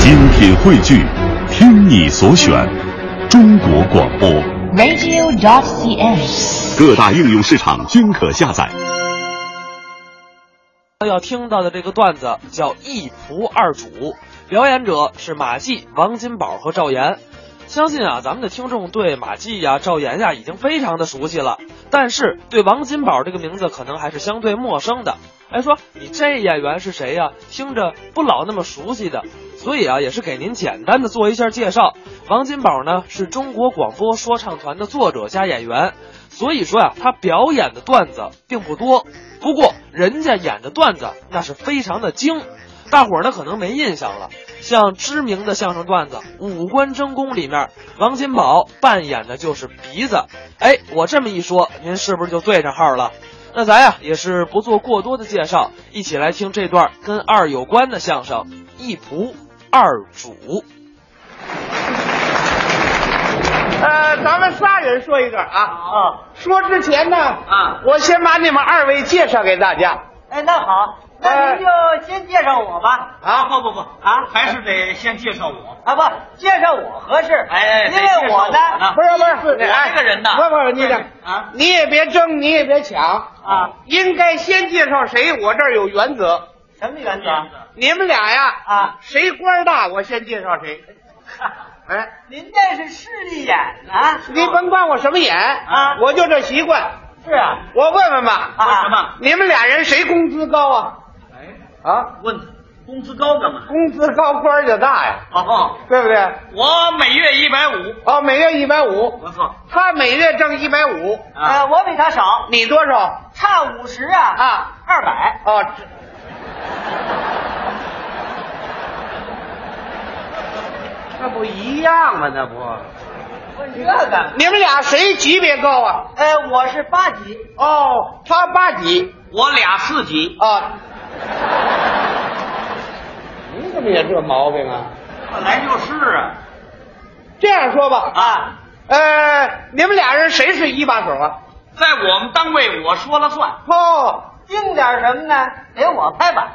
精品汇聚，听你所选，中国广播。 radio.cn。各大应用市场均可下载。要听到的这个段子叫《一仆二主》，表演者是马季、王金宝和赵岩。相信啊，咱们的听众对马季呀、赵岩呀已经非常的熟悉了，但是对王金宝这个名字可能还是相对陌生的。哎，说你这演员是谁呀？听着不老那么熟悉的，所以啊，也是给您简单的做一下介绍。王金宝呢，是中国广播说唱团的作者加演员，所以说呀、他表演的段子并不多，不过人家演的段子那是非常的精。大伙儿呢可能没印象了，像知名的相声段子《五官争功》里面，王金宝扮演的就是鼻子。哎，我这么一说，您是不是就对上号了？那咱呀也是不做过多的介绍，一起来听这段跟二有关的相声《一仆二主》。呃，咱们仨人说一段啊好说之前呢啊我先把你们二位介绍给大家。哎，那好，那您就先介绍我吧。哎啊不不不啊还是得先介绍我。啊不，介绍我合适。哎哎因为我得介绍我呢呢啊不是不是，我这个人呐不不，你俩啊你也别争，你也别抢，啊，应该先介绍谁，我这儿有原则。什么原则？你们俩呀啊谁官儿大，我先介绍谁。哎，您这是势利眼啊！你甭管我什么眼啊我就这习惯。是啊我问问吧，为啊什么？你们俩人谁工资高啊？哎，啊，问工资高干嘛？工资高官儿就大呀，哦，对不对？我每月一百五。哦，每月一百五，不错他每月挣一百五，啊，呃，我比他少，你多少？差五十啊啊，二百。哦，那不一样吗？那不，不是这个，你们俩谁级别高啊？呃，我是八级，哦，他八级我俩四级，啊。你怎么也这毛病啊？本来就是啊。这样说吧，啊，呃，你们俩人谁是一把手啊？在我们单位我说了算。哦，定点什么呢？哎给我拍板。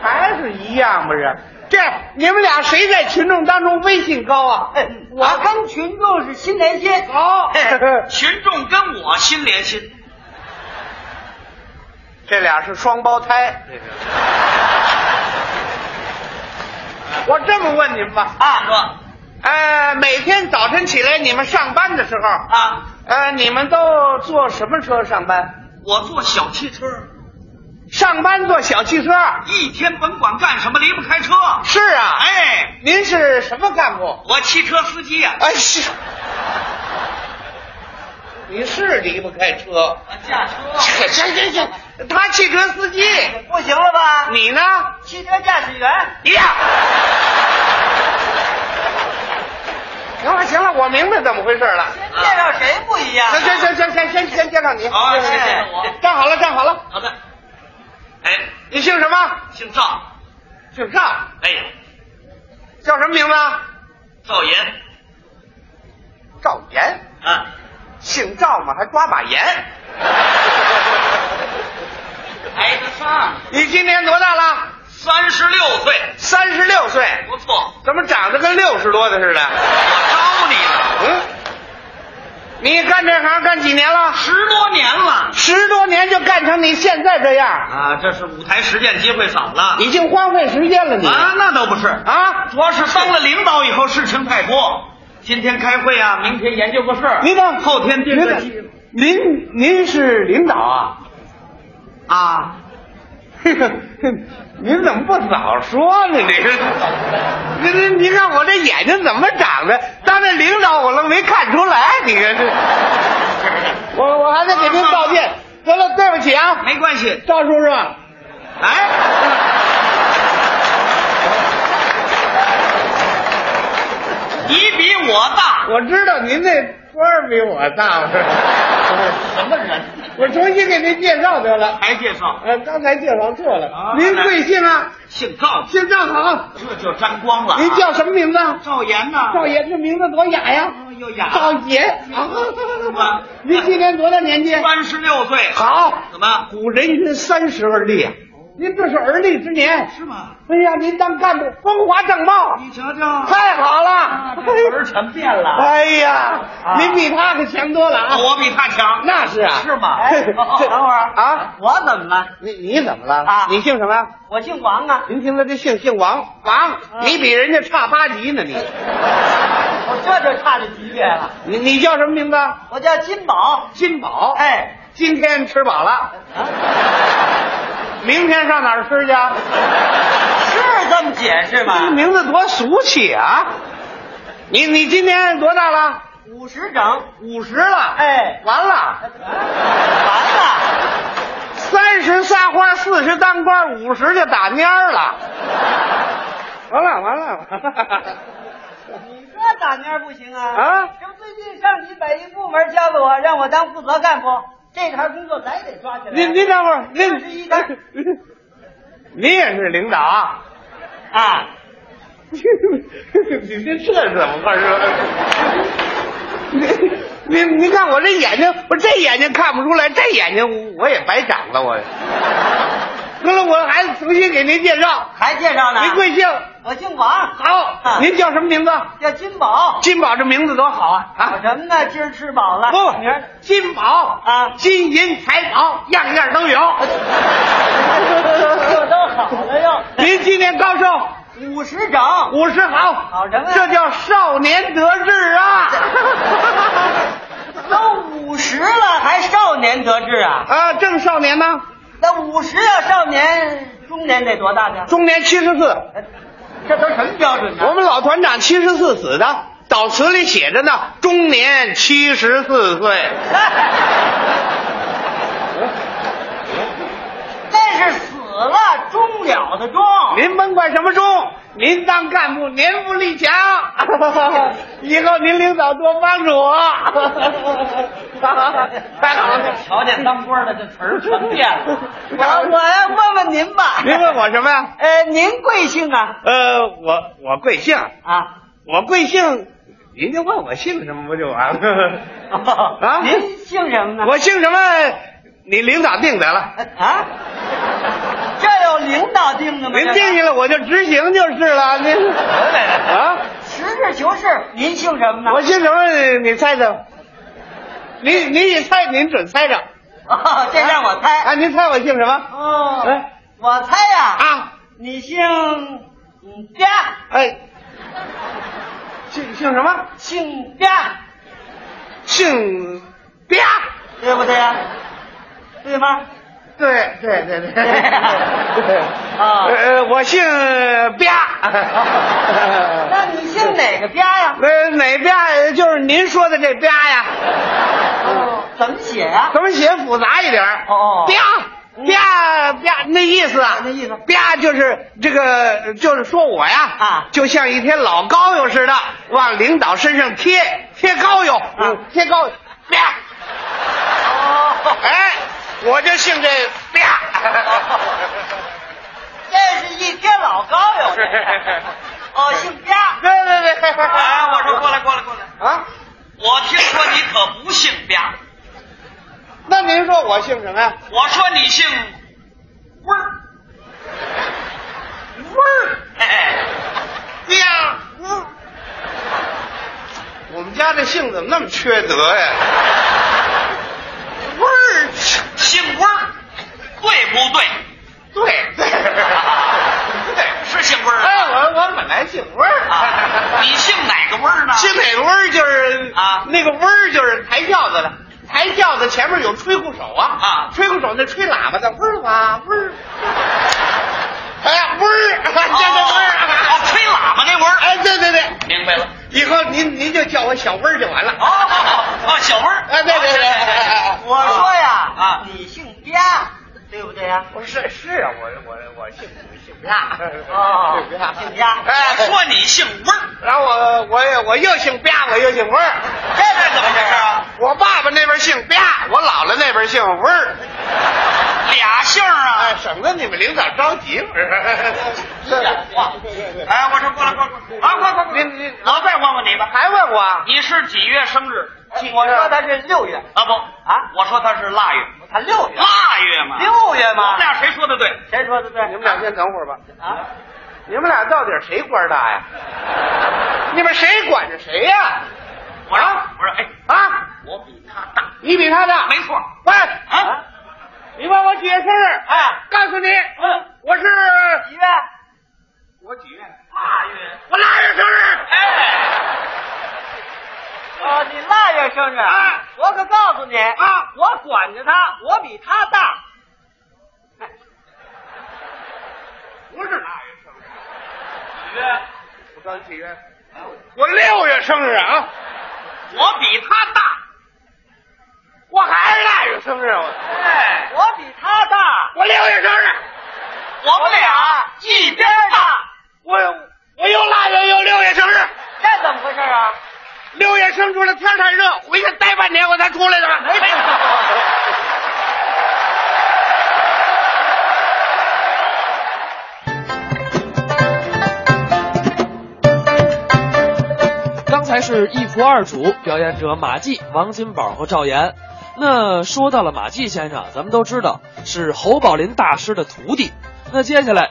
还是一样不是？这样，你们俩谁在群众当中威信高啊？哎，我跟群众是心连心。好，哎 群众跟我心连心， 这俩是双胞胎。 我这么问你们吧，啊哥呃，每天早晨起来你们上班的时候，啊，呃，你们都坐什么车上班？我坐小汽车，上班坐小汽车？啊一天甭管干什么离不开车。是啊，，哎，您是什么干部？我汽车司机呀、哎是，你是离不开车。我驾车行行行，他汽车司机，不行了啊吧？你呢？汽车驾驶员，呀，行了行了，我明白怎么回事了。介绍谁不一样啊？行行行行行，先先介绍你。好先介绍我哎站好了，站好了。好的，哎，你姓什么？姓赵，姓赵，哎，叫什么名字？啊赵岩赵岩。啊，姓赵嘛，还抓把盐。挨得上，你今年多大了？三十六岁，三十六岁，不错，怎么长得跟六十多的似的？我招你了，嗯，你干这行干几年了？十多年了十多年就干成你现在这样，啊，这是舞台实践机会少了已经荒废时间了你。啊，那倒不是啊，啊！主要是当了领导以后事情太多，今天开会啊，明天研究个事儿，您等后天定个您等您您是领导啊？啊，嘿嘿 您怎么不早说呢？您，您您您看我这眼睛怎么长的？当那领导我愣没看出来，你看这，我我还得给您道歉。得了，对不起啊，没关系，赵叔叔，哎，你比我大，我知道您那官儿比我大，我说什么人？ 我重新给您介绍得了。还介绍，呃，刚才介绍错了啊，您贵姓啊？姓赵，姓赵好，这就沾光了啊。您叫什么名字？赵岩呐，赵爷，这名字多雅呀！又雅赵 爷么啊，您今年多大年纪？三十六岁，好，怎么古人云三十而立，您这是而立之年，是吗？哎呀，您当干部风华正茂，你瞧瞧，太好了！啊这词儿全变了哎呀，您比他可强多了啊！我比他强，那是啊，是吗？哎，等会儿啊，我怎么了？你你怎么了？啊你姓什么？我姓王啊，您听他这姓姓王，啊王，你比人家差八级呢，你我这就差这级别了。你你叫什么名字？我叫金宝，金宝。哎，今天吃饱了，明天上哪儿吃去啊？是这么解释啊这吗？名字多俗气啊！你你今年多大了？五十整，五十了，哎完了，完了，三十撒花，四十当官，五十就打蔫儿了。完了完了 完了，你这打蔫儿不行啊！啊这不最近上级把一部门交给我，让我当负责干部，这摊工作咱也得抓起来。您您等会儿，二十一单您您也是领导啊？ 啊，你这这怎么 回事？您您您看我这眼睛，我这眼睛看不出来，这眼睛我也白长了， 我。得了，我还重新给您介绍，还介绍呢？您贵姓？我姓王，好，啊您叫什么名字？叫金宝。金宝这名字多好啊！搞啊，什么呢？今儿吃饱了。不你看，金宝啊金银财宝样样都有。这都好了您今年高寿？又，五十整，五十好。好啊什么呀这叫少年得志 啊！都五十了还少年得志啊？啊，正少年呢，那五十要少年，中年得多大呢？中年七十四。这都什么标准呢？我们老团长七十四死的，悼词里写着呢，终年七十四岁。那是死了终了的终。您甭管什么钟，您当干部年富力强， 以后您领导多帮助我。太好了，瞧见当官的这词儿全变了。我我要问问 您吧，您问我什么呀？呃，您贵姓啊？呃，我我贵姓，啊，我贵姓，您就问我姓什么不就完了？ 啊 您姓什么呢？我姓什么？你领导定下了，啊，这有领导定的吗？您定下了我就执行就是了。您啊。实事求是，您姓什么呢？我姓什么？你猜猜？您您一猜，您准猜着。哦，这让我啊！哎猜。您猜我姓什么？哦哎，我猜呀，啊，你姓嗯家，哎，姓姓什么？姓家，姓啪。对不对呀？对吗？对对对对。对啊呃，我姓啪。那你姓哪个家呀？呃，哪啪？就是您说的这啪呀？哦，怎么写呀？怎么写复杂一点儿？哦哦啪啪啪，那意思啊？那意思啪就是这个，就是说我呀，啊就像一天老膏药似的，往领导身上贴贴膏药，嗯，贴膏药，啪，哦，哎，我就姓这啪，这是一天老高友这是。哦，姓家。别别别，哎，我说过来过来过来，啊，我听说你可不姓边，那您说我姓什么呀？我说你姓哎温儿味儿哎，呀，嗯我们家这姓怎么那么缺德呀？味儿，姓温儿，对不对？对对对。是姓温儿哎，啊。我我本来姓温儿啊，你姓哪个温儿呢？姓哪个温儿就是啊那个温儿就是抬轿子的，抬轿子前面有吹鼓手啊啊吹鼓手那吹喇叭的嗡儿哇嗡儿，哎呀嗡儿，哦这个嗡哦，儿，啊吹喇叭那温儿。哎对对对，明白了。以后您您就叫我小温儿就完了哦哦，哦，小温儿。哦哎对对对对对对我说呀，啊你姓家，对不对呀？不是是啊，我我我姓姓啪， 哦姓啪姓啪哎我说你姓温儿， 然后我我也我又姓啪，我又姓温儿。 这是怎么回事啊？ 我爸爸那边姓啪，我姥姥那边姓温儿。 俩姓儿哎，啊。省得你们领导着急， 不是？像话 对对对哎，我说过来过来过来，啊，快快快！您您我再问问你吧，还问我？哎你是几月生日？今我说天他是六月，啊不啊我说他是腊月，他六月，腊月嘛，六月我们嘛。俩谁说的对？谁说的对？你们俩先等会儿吧。啊，你们俩到底谁官大呀？你们谁管着谁呀、我说我说哎，啊？我比他大，你比他大，没错喂，啊。你帮我解释。哎，告诉你，嗯我是几月？我几月？腊月。我腊月生日。哎，哦，你腊月生日啊我可告诉你啊我管着他，我比他大。不是腊月生几日，啊月？我告诉你几月？我六月生日啊，我比他大。我还是腊月生日，我哎，我比他大，我六月生日，我们俩一边大。我我又腊月又六月生日，这怎么回事啊？六月生出来天太热，回去待半年我才出来的。刚才是一仆二主，表演者马季、王金宝和赵岩。那说到了马季先生，咱们都知道是侯宝林大师的徒弟。那接下来